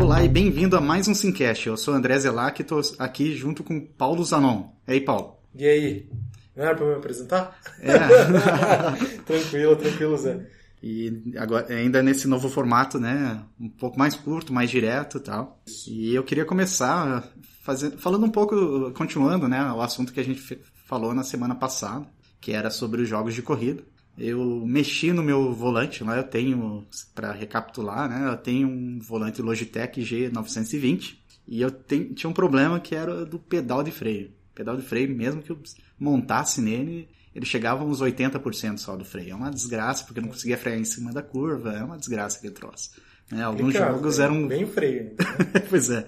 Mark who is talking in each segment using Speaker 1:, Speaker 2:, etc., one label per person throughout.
Speaker 1: Olá e bem-vindo a mais um Simcast. Eu sou André Zelac e estou aqui junto com Paulo Zanon. E aí, Paulo?
Speaker 2: E aí? Não era pra me apresentar?
Speaker 1: É,
Speaker 2: tranquilo, tranquilo, Zé.
Speaker 1: e agora, ainda nesse novo formato, né? Um pouco mais curto, mais direto e tal. E eu queria começar faze- falando um pouco, continuando, né? O assunto que a gente fe- falou na semana passada, que era sobre os jogos de corrida. Eu mexi no meu volante, lá eu tenho, para recapitular, né? Eu tenho um volante Logitech G920 e eu ten- tinha um problema que era do pedal de freio. Pedal de freio, mesmo que eu montasse nele, ele chegava a uns 80% só do freio. É uma desgraça, porque eu não conseguia frear em cima da curva, é uma desgraça aquele troço. né? alguns
Speaker 2: Complicado,
Speaker 1: jogos
Speaker 2: né?
Speaker 1: eram.
Speaker 2: Bem freio.
Speaker 1: pois é.
Speaker 2: Né?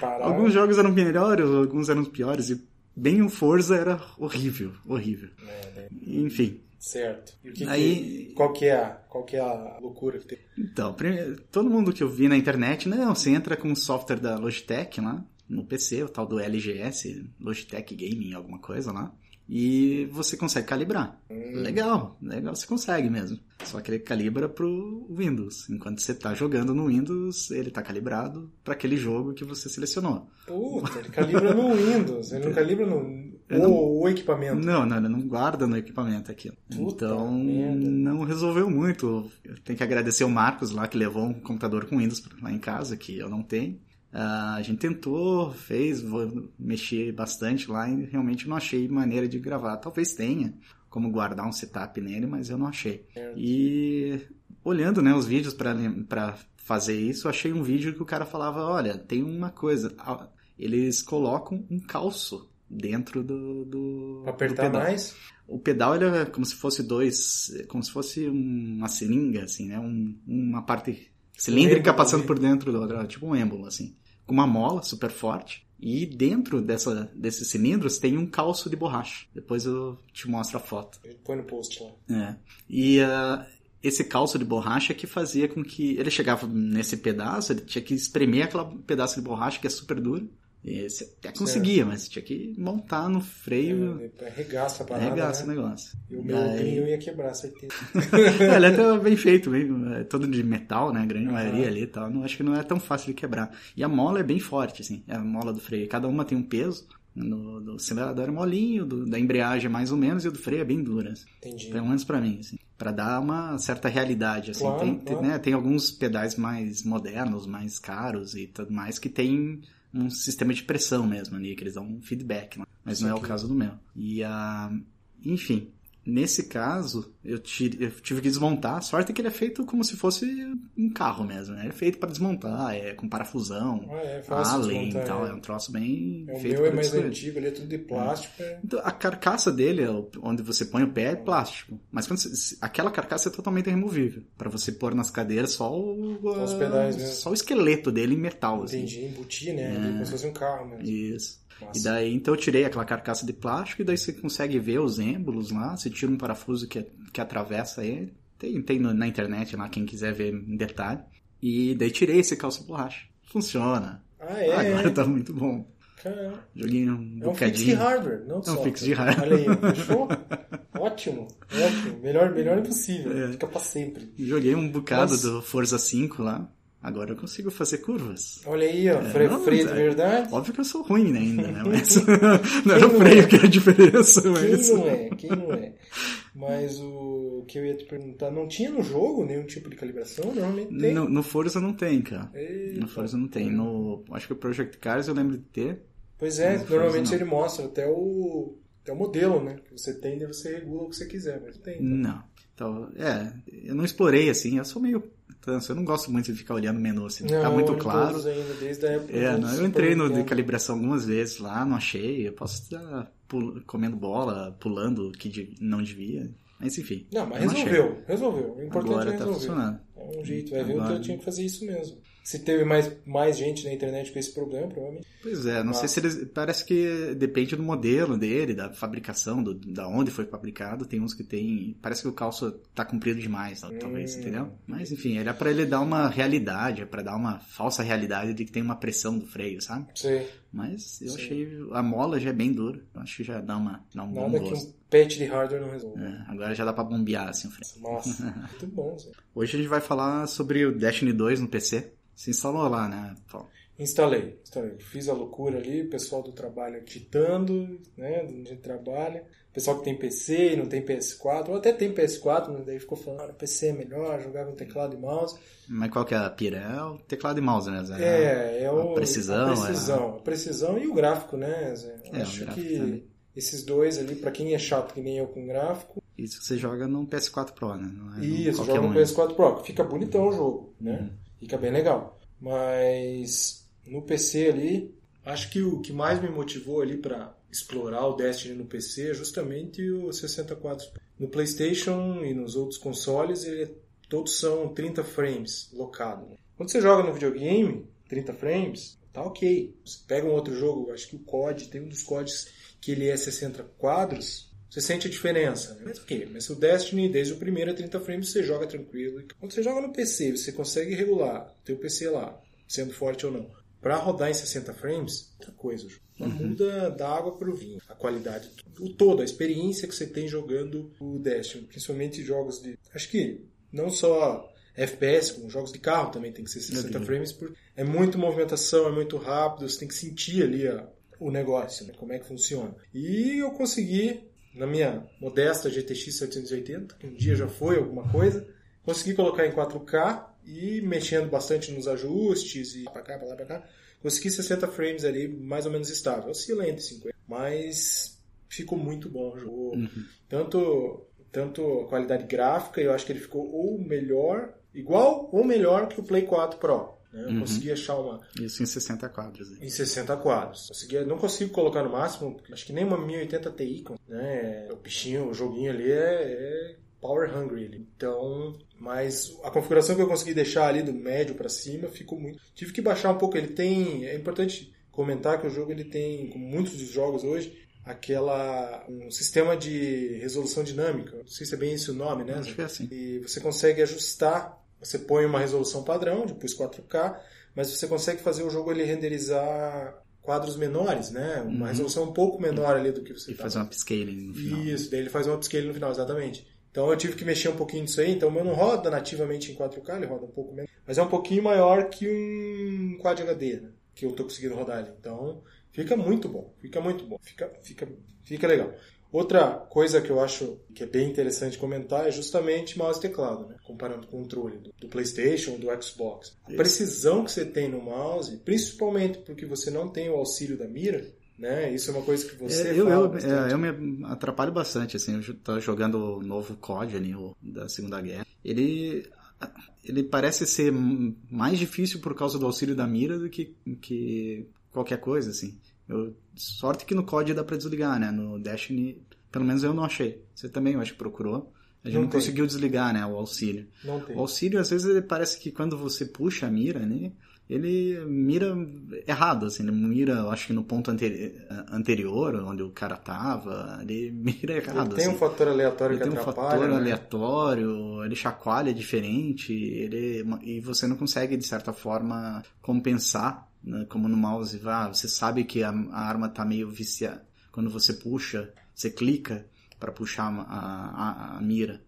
Speaker 2: Parar.
Speaker 1: Alguns jogos eram melhores, alguns eram piores, e bem o Forza era horrível, horrível. Enfim.
Speaker 2: Certo. E o É, que
Speaker 1: Aí-
Speaker 2: que- Qual que é a... Qual que é a loucura que tem?
Speaker 1: Então, prime- todo mundo que eu vi na internet, não, você entra com o software da Logitech lá, no PC, o tal do LGS, Logitech Gaming, alguma coisa lá, e você consegue calibrar.
Speaker 2: Hum.
Speaker 1: Legal, legal, você consegue mesmo. Só que ele calibra pro Windows. Enquanto você tá jogando no Windows, ele tá calibrado para aquele jogo que você selecionou.
Speaker 2: Puta, ele calibra no Windows. Ele não calibra no...
Speaker 1: Eu
Speaker 2: o-
Speaker 1: não-
Speaker 2: O, equipamento.
Speaker 1: Não, não, ele não guarda no equipamento aquilo.
Speaker 2: Puta
Speaker 1: então,
Speaker 2: merda.
Speaker 1: não resolveu muito. Eu tenho que agradecer o Marcos lá, que levou um computador com Windows lá em casa, que eu não tenho. Ah, a gente tentou, fez, vou mexer bastante lá e realmente não achei maneira de gravar. Talvez tenha como guardar um setup nele, mas eu não achei. E olhando né, os vídeos para fazer isso, eu achei um vídeo que o cara falava: olha, tem uma coisa. ah, Eles colocam um calço dentro do, do,
Speaker 2: Pra
Speaker 1: do
Speaker 2: apertar
Speaker 1: pedal.
Speaker 2: mais.
Speaker 1: O pedal ele é como se fosse dois, é como se fosse uma seringa, assim, né? Um- uma parte cilíndrica
Speaker 2: êmbolo
Speaker 1: tá passando
Speaker 2: ali.
Speaker 1: por dentro do outro, tipo um êmbolo, assim. Com uma mola super forte. E dentro dessa, desses cilindros tem um calço de borracha. Depois eu te mostro a foto.
Speaker 2: Ele põe no post lá.
Speaker 1: É. E ah, esse calço de borracha que fazia com que ele chegava nesse pedaço, ele tinha que espremer aquele pedaço de borracha que é super duro. E você até conseguia, mas tinha que montar no freio.
Speaker 2: Ele Arregaça a parada,
Speaker 1: Arregaça o
Speaker 2: né?
Speaker 1: negócio.
Speaker 2: E o meu
Speaker 1: Daí-
Speaker 2: pneu ia quebrar, certeza.
Speaker 1: É, ele é até bem feito, bem, é todo de metal, né? A grande
Speaker 2: Aham.
Speaker 1: maioria ali e tal. Não, acho que não é tão fácil de quebrar. E a mola é bem forte, assim. É a mola do freio. Cada uma tem um peso. No, do acelerador é molinho, do- da embreagem é mais ou menos, e o do freio é bem dura. assim.
Speaker 2: Entendi.
Speaker 1: Pelo menos pra mim, assim. Pra dar uma certa realidade, assim.
Speaker 2: Claro,
Speaker 1: tem, tem,
Speaker 2: claro.
Speaker 1: né, tem alguns pedais mais modernos, mais caros e tudo mais, que tem um sistema de pressão mesmo ali, que eles dão um feedback, né? mas não é o
Speaker 2: Saquei.
Speaker 1: caso do meu. E a... Enfim, nesse caso, eu, ti- eu tive que desmontar. A sorte é que ele é feito como se fosse um carro mesmo, né? Ele é feito para desmontar, é com parafusão,
Speaker 2: Ah, é fácil
Speaker 1: além e
Speaker 2: desmontar,
Speaker 1: tal.
Speaker 2: é.
Speaker 1: É um troço bem
Speaker 2: É, o
Speaker 1: feito
Speaker 2: meu é
Speaker 1: pra
Speaker 2: mais
Speaker 1: destruir.
Speaker 2: antigo, ele é tudo de plástico. é.
Speaker 1: Então, a carcaça dele, o- onde você põe o pé, é plástico. Mas quando você- se- aquela carcaça é totalmente removível. Pra você pôr nas cadeiras só o,
Speaker 2: Só os
Speaker 1: ah,
Speaker 2: pedais mesmo.
Speaker 1: só o esqueleto dele em metal. Assim.
Speaker 2: Entendi, embutir, né? Ele Como se fosse um carro mesmo.
Speaker 1: Isso.
Speaker 2: Massa.
Speaker 1: E daí, então eu tirei aquela carcaça de plástico e daí você consegue ver os êmbolos lá, você tira um parafuso que, que atravessa ele. Tem, tem no- na internet lá, quem quiser ver em detalhe. E daí tirei esse calça borracha. Funciona.
Speaker 2: Ah, é?
Speaker 1: Agora
Speaker 2: é.
Speaker 1: tá muito bom.
Speaker 2: Cara,
Speaker 1: Joguei um
Speaker 2: é um fix de
Speaker 1: bocadinho. É um
Speaker 2: hardware, não só.
Speaker 1: fix de hardware.
Speaker 2: Olha aí, fechou? Ótimo, ótimo. Melhor, melhor impossível.
Speaker 1: É.
Speaker 2: Fica pra sempre.
Speaker 1: Joguei um bocado
Speaker 2: Mas-
Speaker 1: do Forza 5 lá. Agora eu consigo fazer curvas.
Speaker 2: Olha aí, ó.
Speaker 1: É,
Speaker 2: freio,
Speaker 1: não,
Speaker 2: freio de
Speaker 1: é.
Speaker 2: verdade.
Speaker 1: Óbvio que eu sou ruim ainda, né? Mas não era o freio que era a diferença, mas...
Speaker 2: Quem não é? Quem não é? Mas o que eu ia te perguntar, não tinha no jogo nenhum tipo de calibração? Normalmente tem.
Speaker 1: No, no Forza não tem, cara.
Speaker 2: Eita.
Speaker 1: No Forza não tem. No, acho que o Project Cars eu lembro de ter.
Speaker 2: Pois é,
Speaker 1: Não,
Speaker 2: normalmente
Speaker 1: não.
Speaker 2: ele mostra até o, até o modelo, né? Que você tem, daí você regula o que você quiser, mas não tem. então.
Speaker 1: Não. Então, é, eu não explorei, assim. Eu sou meio tanso. Eu não gosto muito de ficar olhando o menu, assim. Não, tá
Speaker 2: Não,
Speaker 1: muito
Speaker 2: olho
Speaker 1: claro.
Speaker 2: todos ainda, desde a época
Speaker 1: É,
Speaker 2: do
Speaker 1: não, eu
Speaker 2: Super
Speaker 1: entrei no de
Speaker 2: Nintendo.
Speaker 1: calibração algumas vezes lá, não achei. Eu posso estar pul- comendo bola, pulando o que de- não devia. Mas enfim.
Speaker 2: Não, mas
Speaker 1: eu não achei.
Speaker 2: resolveu, resolveu. O importante
Speaker 1: Agora
Speaker 2: é
Speaker 1: tá
Speaker 2: resolver.
Speaker 1: funcionando.
Speaker 2: é um jeito, vai ver o que
Speaker 1: Agora-
Speaker 2: eu tinha que fazer isso mesmo. Se teve mais, mais gente na internet com esse problema, provavelmente.
Speaker 1: Pois é, não sei se eles. Parece que depende do modelo dele, da fabricação, do, da onde foi fabricado. Tem uns que tem. Parece que o calço tá comprido demais, tal- talvez,
Speaker 2: Hum.
Speaker 1: entendeu? Mas enfim, era pra ele dar uma realidade, é pra dar uma falsa realidade de que tem uma pressão do freio, sabe?
Speaker 2: Não sei.
Speaker 1: Mas eu
Speaker 2: Sim.
Speaker 1: achei. A mola já é bem dura. Eu acho que já dá, uma, dá um
Speaker 2: Nada
Speaker 1: bom
Speaker 2: que
Speaker 1: gosto.
Speaker 2: um patch de hardware não resolva.
Speaker 1: É, agora já dá pra bombear assim o freio.
Speaker 2: Nossa, muito bom, Zé.
Speaker 1: Hoje a gente vai falar sobre o Destiny 2 no PC. Se instalou lá, né, Paulo?
Speaker 2: Instalei, instalei. Fiz a loucura ali, o pessoal do trabalho ditando, né? Do jeito trabalha. O pessoal que tem PC e não tem PS4, ou até tem PS4, mas daí ficou falando, ah, PC é melhor, jogar com teclado e mouse.
Speaker 1: Mas qual que é a pira? É o teclado e mouse, né, Zé?
Speaker 2: É, é
Speaker 1: a
Speaker 2: o,
Speaker 1: precisão,
Speaker 2: a precisão, a precisão e o gráfico, né, Zé? Eu
Speaker 1: É, o
Speaker 2: Acho
Speaker 1: gráfico
Speaker 2: que
Speaker 1: também.
Speaker 2: esses dois ali, pra quem é chato que nem eu com gráfico,
Speaker 1: Isso que você joga no PS4 Pro, né? Não é no
Speaker 2: isso,
Speaker 1: qualquer
Speaker 2: joga no
Speaker 1: um.
Speaker 2: PS4 Pro, que fica bonitão o jogo, né? Fica bem legal. Mas no PC ali, acho que o que mais me motivou ali pra explorar o Destiny no PC é justamente o 64. No PlayStation e nos outros consoles, ele é- todos são 30 frames locado. né? Quando você joga no videogame, 30 frames, tá ok. Você pega um outro jogo, acho que o COD, tem um dos CODs que ele é 60 quadros, você sente a diferença. Né? Mas o quê? Mas o Destiny, desde o primeiro a 30 frames, você joga tranquilo. Quando você joga no PC, você consegue regular o teu PC lá, sendo forte ou não. Pra rodar em 60 frames, outra coisa. Ju. Ela Muda da água pro vinho. A qualidade, o todo, a experiência que você tem jogando o Destiny. Principalmente jogos de... Acho que não só FPS, como jogos de carro também tem que ser 60
Speaker 1: Uhum.
Speaker 2: frames. Porque é muito movimentação, é muito rápido. Você tem que sentir ali a- o negócio, né? como é que funciona. E eu consegui, na minha modesta GTX 780, que um dia já foi alguma coisa, consegui colocar em 4K e mexendo bastante nos ajustes e pra cá, pra lá, pra cá, consegui 60 frames ali, mais ou menos estável. Oscila entre 50, mas ficou muito bom o jogo. Tanto, tanto a qualidade gráfica, eu acho que ele ficou ou melhor, igual ou melhor que o Play 4 Pro. né? Eu
Speaker 1: Uhum.
Speaker 2: consegui achar uma
Speaker 1: Isso em 60 quadros. né?
Speaker 2: em 60 quadros. Consegui- não consigo colocar no máximo, porque acho que nem uma 1080 Ti, né? O bichinho, o joguinho ali é, é power hungry. ali. Então, mas a configuração que eu consegui deixar ali do médio pra cima ficou muito. Tive que baixar um pouco. Ele tem, é importante comentar que o jogo ele tem, como muitos dos jogos hoje, aquela um sistema de resolução dinâmica. Não sei se é bem esse o nome, né?
Speaker 1: Acho que é assim.
Speaker 2: E você consegue ajustar, você põe uma resolução padrão, depois 4K, mas você consegue fazer o jogo ele renderizar quadros menores, né? Uma
Speaker 1: Uhum.
Speaker 2: resolução um pouco menor ali do que você
Speaker 1: E
Speaker 2: tá.
Speaker 1: fazer um upscaling no final.
Speaker 2: Isso, daí ele faz um upscale no final, exatamente. Então eu tive que mexer um pouquinho disso aí, então o meu não roda nativamente em 4K, ele roda um pouco menos, mas é um pouquinho maior que um Quad HD, né? Que eu tô conseguindo rodar ali. Então fica muito bom, fica muito bom, fica, fica, fica legal. Outra coisa que eu acho que é bem interessante comentar é justamente mouse e teclado, né? comparando com o controle do, do PlayStation ou do Xbox. A
Speaker 1: Isso.
Speaker 2: precisão que você tem no mouse, principalmente porque você não tem o auxílio da mira, né? Isso é uma coisa que você
Speaker 1: É, eu,
Speaker 2: fala
Speaker 1: eu,
Speaker 2: bastante.
Speaker 1: é, eu me atrapalho bastante, assim, eu jo- tô jogando o novo COD ali, o da Segunda Guerra. Ele, ele parece ser m- mais difícil por causa do auxílio da mira do que, que qualquer coisa, assim. Eu- sorte que no COD dá pra desligar, né? No Destiny, pelo menos eu não achei. Você também, eu acho que procurou. A gente
Speaker 2: Não
Speaker 1: não,
Speaker 2: tem.
Speaker 1: conseguiu desligar, né? O auxílio.
Speaker 2: Não tem.
Speaker 1: O auxílio, às vezes, ele parece que quando você puxa a mira, né? Ele mira errado, assim, ele mira, eu acho que no ponto anteri- anterior, onde o cara tava, ele mira
Speaker 2: Ele
Speaker 1: errado,
Speaker 2: tem um
Speaker 1: assim.
Speaker 2: fator aleatório
Speaker 1: Ele
Speaker 2: que
Speaker 1: tem um
Speaker 2: atrapalha.
Speaker 1: fator
Speaker 2: né?
Speaker 1: aleatório, ele chacoalha diferente, ele e você não consegue, de certa forma, compensar, né? como no mouse, vá, você sabe que a, a arma tá meio viciada. Quando você puxa, você clica para puxar a, a- a mira,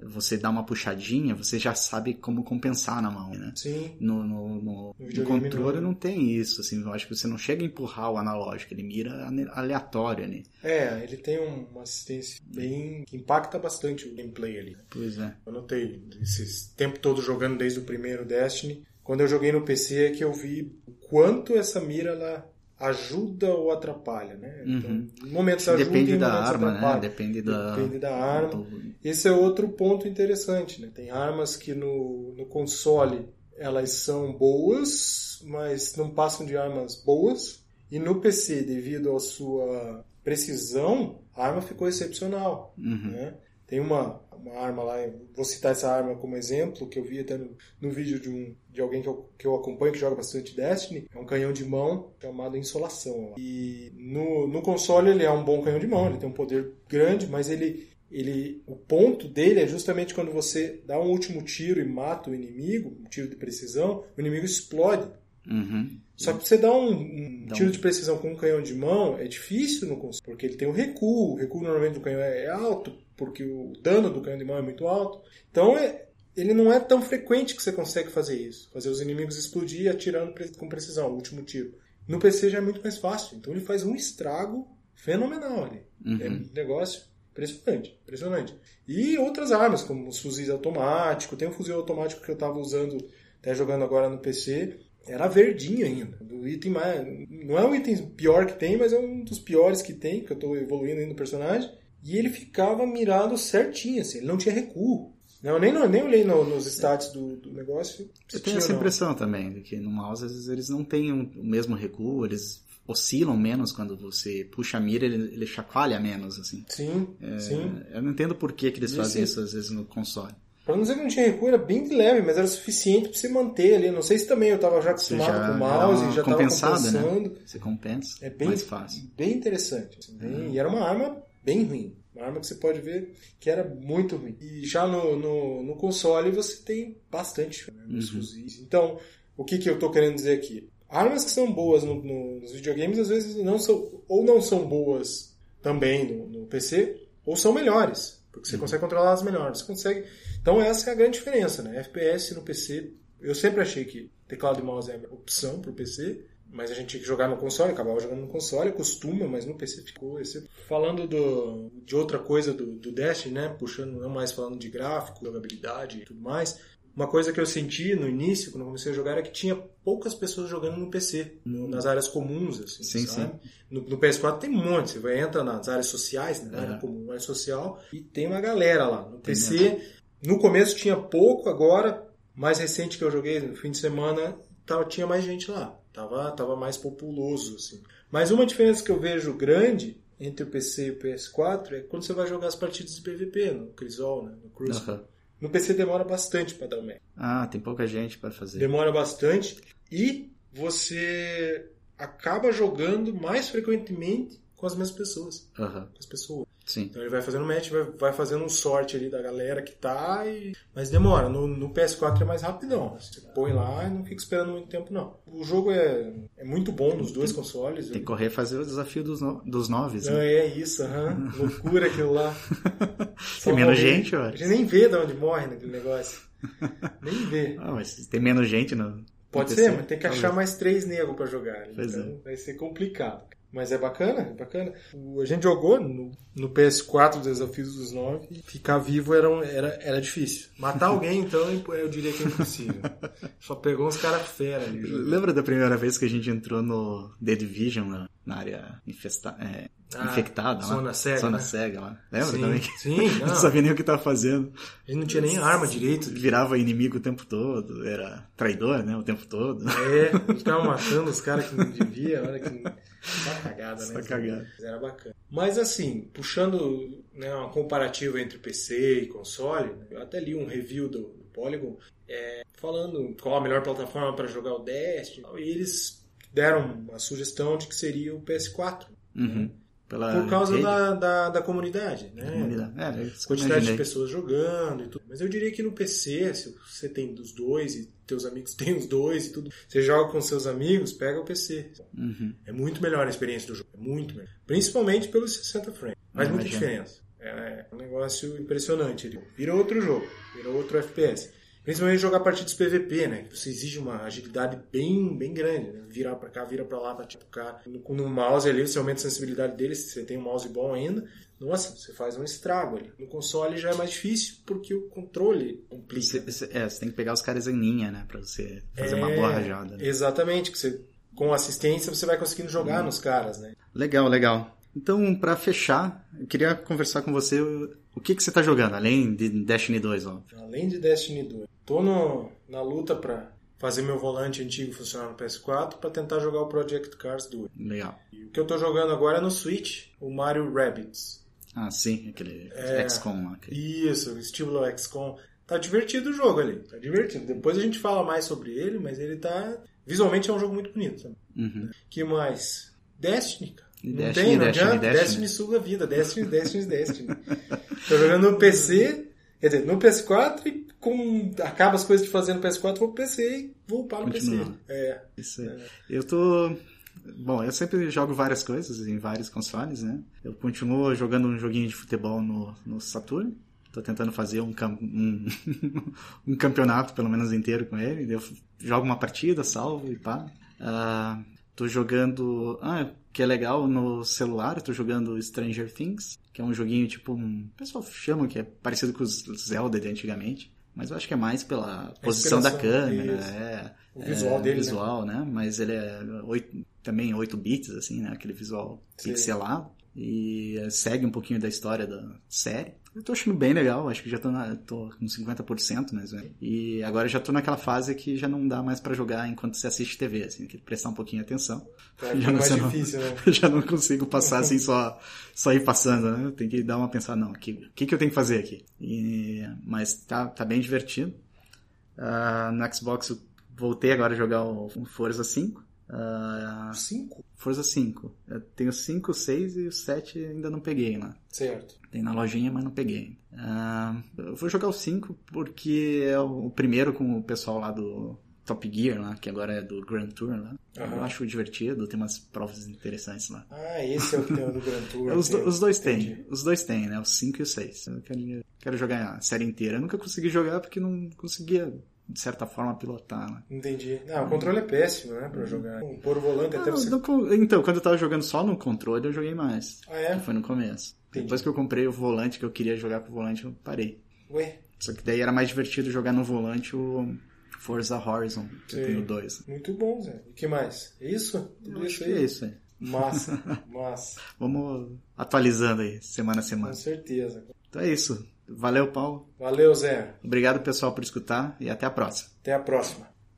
Speaker 1: você dá uma puxadinha, você já sabe como compensar na mão, né?
Speaker 2: Sim,
Speaker 1: No, no, no-
Speaker 2: No
Speaker 1: no
Speaker 2: videogame
Speaker 1: controle
Speaker 2: não, né?
Speaker 1: não tem isso, assim, eu acho que você não chega a empurrar o analógico, ele mira ane- aleatório, né?
Speaker 2: é, ele tem uma assistência bem. que impacta bastante o gameplay ali.
Speaker 1: Pois é.
Speaker 2: Eu notei esse tempo todo jogando desde o primeiro Destiny. Quando eu joguei no PC é que eu vi o quanto essa mira ela ajuda ou atrapalha, né?
Speaker 1: Uhum.
Speaker 2: Então, em momentos ajuda e
Speaker 1: Depende
Speaker 2: em
Speaker 1: da
Speaker 2: momentos
Speaker 1: arma, né?
Speaker 2: atrapalha.
Speaker 1: Depende da.
Speaker 2: Depende da arma.
Speaker 1: do-
Speaker 2: Esse é outro ponto interessante, né? Tem armas que no, no console elas são boas, mas não passam de armas boas. E no PC, devido à sua precisão, a arma ficou excepcional,
Speaker 1: Uhum.
Speaker 2: né? Tem uma, uma arma lá, eu vou citar essa arma como exemplo, que eu vi até no, no vídeo de, um, de alguém que eu, que eu acompanho, que joga bastante Destiny. É um canhão de mão chamado Insolação. Lá. E no, no console ele é um bom canhão de mão, ele tem um poder grande, mas ele ele o ponto dele é justamente quando você dá um último tiro e mata o inimigo, um tiro de precisão, o inimigo explode.
Speaker 1: Uhum.
Speaker 2: Só que você dá um, um
Speaker 1: Dá um-
Speaker 2: tiro de precisão com um canhão de mão é difícil no console, porque ele tem o recuo, o recuo normalmente do canhão é é alto, porque o dano do canhão de mão é muito alto. Então é, ele não é tão frequente que você consegue fazer isso. Fazer os inimigos explodir atirando com precisão, o último tiro. No PC já é muito mais fácil. Então ele faz um estrago fenomenal ali.
Speaker 1: Uhum.
Speaker 2: É um negócio impressionante, impressionante. E outras armas, como os fuzis automáticos. Tem um fuzil automático que eu estava usando, até jogando agora no PC. Era verdinho ainda. Do item mais, não é um item pior que tem, mas é um dos piores que tem, que eu estou evoluindo ainda no personagem. E ele ficava mirado certinho, assim. Ele não tinha recuo. Não, nem, nem olhei no- nos stats do, do negócio. se
Speaker 1: Eu
Speaker 2: tinha
Speaker 1: tenho essa
Speaker 2: ou não.
Speaker 1: impressão também, de que no mouse às vezes eles não têm um- o mesmo recuo, eles oscilam menos quando você puxa a mira, ele, ele chacoalha menos, assim. É,
Speaker 2: Sim, sim.
Speaker 1: Eu não entendo por que, que eles
Speaker 2: Esse-
Speaker 1: fazem isso às vezes no console.
Speaker 2: Pra não dizer que não tinha recuo, era bem de leve, mas era suficiente pra você manter ali. Não sei se também eu tava já acostumado
Speaker 1: já-
Speaker 2: com o mouse,
Speaker 1: já
Speaker 2: já tava
Speaker 1: compensado, né?
Speaker 2: compensando.
Speaker 1: Você compensa,
Speaker 2: É bem,
Speaker 1: mais fácil.
Speaker 2: bem interessante. assim, bem-
Speaker 1: Uhum.
Speaker 2: E era uma arma bem ruim. Uma arma que você pode ver que era muito ruim. E já no, no, no console você tem bastante né, nos
Speaker 1: Uhum.
Speaker 2: fuzis. Então, o que, que eu tô querendo dizer aqui? Armas que são boas no- no- nos videogames, às vezes não são, ou não são boas também no, no PC, ou são melhores. Porque você consegue controlar as melhores. Você consegue. Então essa é a grande diferença, né? FPS no PC. Eu sempre achei que teclado e mouse é a opção pro PC, mas a gente tinha que jogar no console, acabava jogando no console, acostuma, mas no PC ficou esse. Falando do, de outra coisa do, do Destiny, né? Puxando, não mais falando de gráfico, jogabilidade e tudo mais. Uma coisa que eu senti no início, quando eu comecei a jogar, era que tinha poucas pessoas jogando no PC, no- nas áreas comuns, assim,
Speaker 1: Sim,
Speaker 2: sabe? No, no PS4 tem um monte, você vai, entra nas áreas sociais, né? na
Speaker 1: É.
Speaker 2: área comum, área social, e tem uma galera lá. No PC, no começo tinha pouco, agora, mais recente que eu joguei, no fim de semana, tava, tinha mais gente lá. Tava, tava mais populoso, assim. Mas uma diferença que eu vejo grande entre o PC e o PS4 é quando você vai jogar as partidas de PVP, no Crisol, né? no Crucible.
Speaker 1: Aham.
Speaker 2: No PC demora bastante para dar o match.
Speaker 1: Ah, tem pouca gente para fazer.
Speaker 2: Demora bastante. E você acaba jogando mais frequentemente com as mesmas pessoas.
Speaker 1: Aham,
Speaker 2: Com as pessoas.
Speaker 1: sim.
Speaker 2: Então ele vai fazendo match, vai, vai fazendo um sorte ali da galera que tá e. Mas demora. No, no PS4 é mais rapidão. Você põe lá e não fica esperando muito tempo, não. O jogo é, é muito bom nos dois consoles.
Speaker 1: Tem que correr e fazer o desafio dos, no... dos noves,
Speaker 2: Não,
Speaker 1: né?
Speaker 2: é isso, aham. loucura aquilo lá.
Speaker 1: Tem menos gente, eu
Speaker 2: A
Speaker 1: acho.
Speaker 2: né? gente nem vê de onde morre naquele negócio. Nem vê.
Speaker 1: Ah, mas se tem menos gente no...
Speaker 2: Pode
Speaker 1: no
Speaker 2: ser,
Speaker 1: PC,
Speaker 2: mas tem que
Speaker 1: talvez.
Speaker 2: achar mais três negros pra jogar.
Speaker 1: Pois é.
Speaker 2: então vai ser complicado. Mas é bacana, é bacana. O- a gente jogou no, no PS4 Desafios dos Nove e ficar vivo era, um- era, era difícil. Matar alguém, então, eu diria que é impossível. Só pegou uns caras fera ali.
Speaker 1: Lembra da primeira vez que a gente entrou no The Division, na, na área infesta... é,
Speaker 2: Ah,
Speaker 1: infectada lá?
Speaker 2: Zona cega,
Speaker 1: Zona
Speaker 2: né?
Speaker 1: cega lá. Lembra
Speaker 2: sim,
Speaker 1: também? que
Speaker 2: sim,
Speaker 1: Não
Speaker 2: não.
Speaker 1: sabia nem o que tava fazendo.
Speaker 2: A gente não tinha nem arma direito.
Speaker 1: Virava inimigo o tempo todo, era traidor, né? O tempo todo.
Speaker 2: É, a gente tava matando os caras que não devia, olha que. Só cagada, né?
Speaker 1: Só cagada.
Speaker 2: Mas Era bacana. Mas assim, puxando né, uma comparativa entre PC e console, né, eu até li um review do, do Polygon é, falando qual a melhor plataforma para jogar o Destiny. e tal, E eles deram uma sugestão de que seria o PS4.
Speaker 1: Uhum. Pela
Speaker 2: Por causa
Speaker 1: rede,
Speaker 2: da, da, da comunidade, né?
Speaker 1: da comunidade. É, é isso que eu
Speaker 2: quantidade de
Speaker 1: imaginei.
Speaker 2: pessoas jogando e tudo. Mas eu diria que no PC, se você tem dos dois e teus amigos têm os dois e tudo, você joga com seus amigos, pega o PC.
Speaker 1: Uhum.
Speaker 2: É muito melhor a experiência do jogo, é muito melhor. Principalmente pelos 60 frames. Faz
Speaker 1: Ah,
Speaker 2: muita
Speaker 1: imagino.
Speaker 2: diferença. É um negócio impressionante. Ele vira outro jogo, vira outro FPS. Principalmente jogar partidas PVP, né? Que você exige uma agilidade bem, bem grande. Né? Virar pra cá, vira pra lá, pra tipo cá. No, com- no mouse ali, você aumenta a sensibilidade dele, se você tem um mouse bom ainda. Nossa, você faz um estrago ali. No console já é mais difícil, porque o controle complica.
Speaker 1: Você, você- é, você tem que pegar os caras em linha, né? Pra você fazer uma
Speaker 2: É,
Speaker 1: boa rajada. né? Uhum.
Speaker 2: Exatamente, que você, com assistência você vai conseguindo jogar nos caras, né?
Speaker 1: Legal, legal. Então, pra fechar, eu queria conversar com você o que, que você tá jogando, além de Destiny 2, ó.
Speaker 2: Além de Destiny 2, tô no- na luta pra fazer meu volante antigo funcionar no PS4 pra tentar jogar o Project Cars 2.
Speaker 1: Legal.
Speaker 2: E o que eu tô jogando agora é no Switch, o Mario Rabbids.
Speaker 1: Ah, sim, aquele
Speaker 2: É.
Speaker 1: XCOM lá. aquele-
Speaker 2: Isso, estilo XCOM. Tá divertido o jogo ali, tá divertido. Depois a gente fala mais sobre ele, mas ele tá... Visualmente é um jogo muito bonito. também.
Speaker 1: Uhum.
Speaker 2: Que mais? Destiny, cara. Não
Speaker 1: Destiny,
Speaker 2: tem, não
Speaker 1: Destiny,
Speaker 2: adianta.
Speaker 1: Destiny.
Speaker 2: Destiny. suga a vida. Destiny, Destiny, Destiny. Tô jogando no PC, quer dizer, no PS4 e com... acaba as coisas de fazer no PS4, vou pro PC e vou para o PC.
Speaker 1: Continua.
Speaker 2: É,
Speaker 1: Isso aí. Eu tô. Bom, eu sempre jogo várias coisas em vários consoles, né? Eu continuo jogando um joguinho de futebol no, no Saturn. Tô tentando fazer um, cam- um, um campeonato, pelo menos inteiro, com ele. Eu jogo uma partida, salvo e pá. Ah, tô jogando. Ah, que é legal no celular, tô jogando Stranger Things, que é um joguinho tipo. Um, o pessoal chama que é parecido com os Zelda de antigamente. Mas eu acho que é mais pela posição da
Speaker 2: inspiração,
Speaker 1: câmera,
Speaker 2: isso.
Speaker 1: é,
Speaker 2: O
Speaker 1: é,
Speaker 2: visual dele, né?
Speaker 1: visual, né? Mas ele é oito- também 8 bits, assim, né? Aquele visual
Speaker 2: Sim.
Speaker 1: pixelado. E eh, segue um pouquinho da história da série. Eu tô achando bem legal, acho que já tô, na, tô com 50% mais ou menos. E agora eu já tô naquela fase que já não dá mais pra jogar enquanto você assiste TV, assim, tem que prestar um pouquinho de atenção.
Speaker 2: Tá,
Speaker 1: Já
Speaker 2: fica
Speaker 1: não
Speaker 2: mais
Speaker 1: sei não.
Speaker 2: difícil, né?
Speaker 1: Eu já não consigo passar assim só, só ir passando, né? Tem que dar uma pensada, não, o que, que, que eu tenho que fazer aqui? E- mas tá, tá bem divertido. Ah, no Xbox eu voltei agora a jogar o Forza 5. Ah,
Speaker 2: Cinco?
Speaker 1: Forza 5. Eu tenho o 5, o 6 e o 7 ainda não peguei, né?
Speaker 2: Certo.
Speaker 1: Tem na lojinha, mas não peguei. Ah, eu vou jogar o 5 porque é o primeiro com o pessoal lá do Top Gear, né? que agora é do Grand Tour, né? Eu
Speaker 2: Aham.
Speaker 1: acho divertido, tem umas provas interessantes lá.
Speaker 2: Ah, esse é o que tem o do Grand Tour.
Speaker 1: Os, do-
Speaker 2: tem-
Speaker 1: os dois
Speaker 2: entendi.
Speaker 1: têm, os dois têm, né? Os 5 e os 6. Eu quero, quero jogar a série inteira. Eu nunca consegui jogar porque não conseguia, de certa forma, pilotar, né?
Speaker 2: Entendi. Não, o controle é péssimo, né, pra jogar. Bom, Pôr o volante é
Speaker 1: Ah,
Speaker 2: até você...
Speaker 1: não con- então, quando eu tava jogando só no controle, eu joguei mais.
Speaker 2: Ah,
Speaker 1: Que
Speaker 2: é?
Speaker 1: foi no começo.
Speaker 2: Entendi.
Speaker 1: Depois que eu comprei o volante, que eu queria jogar com o volante, eu parei.
Speaker 2: Ué,
Speaker 1: Só que daí era mais divertido jogar no volante o Forza Horizon, que
Speaker 2: Sim.
Speaker 1: eu tenho dois.
Speaker 2: muito bom, Zé. E que mais? É Isso?
Speaker 1: Eu
Speaker 2: Tudo
Speaker 1: acho
Speaker 2: isso
Speaker 1: que
Speaker 2: aí?
Speaker 1: é isso aí.
Speaker 2: Massa, massa.
Speaker 1: Vamos atualizando aí, semana a semana.
Speaker 2: Com certeza.
Speaker 1: Então é isso. Valeu, Paulo.
Speaker 2: Valeu, Zé.
Speaker 1: Obrigado, pessoal, por escutar e até a próxima.
Speaker 2: Até a próxima.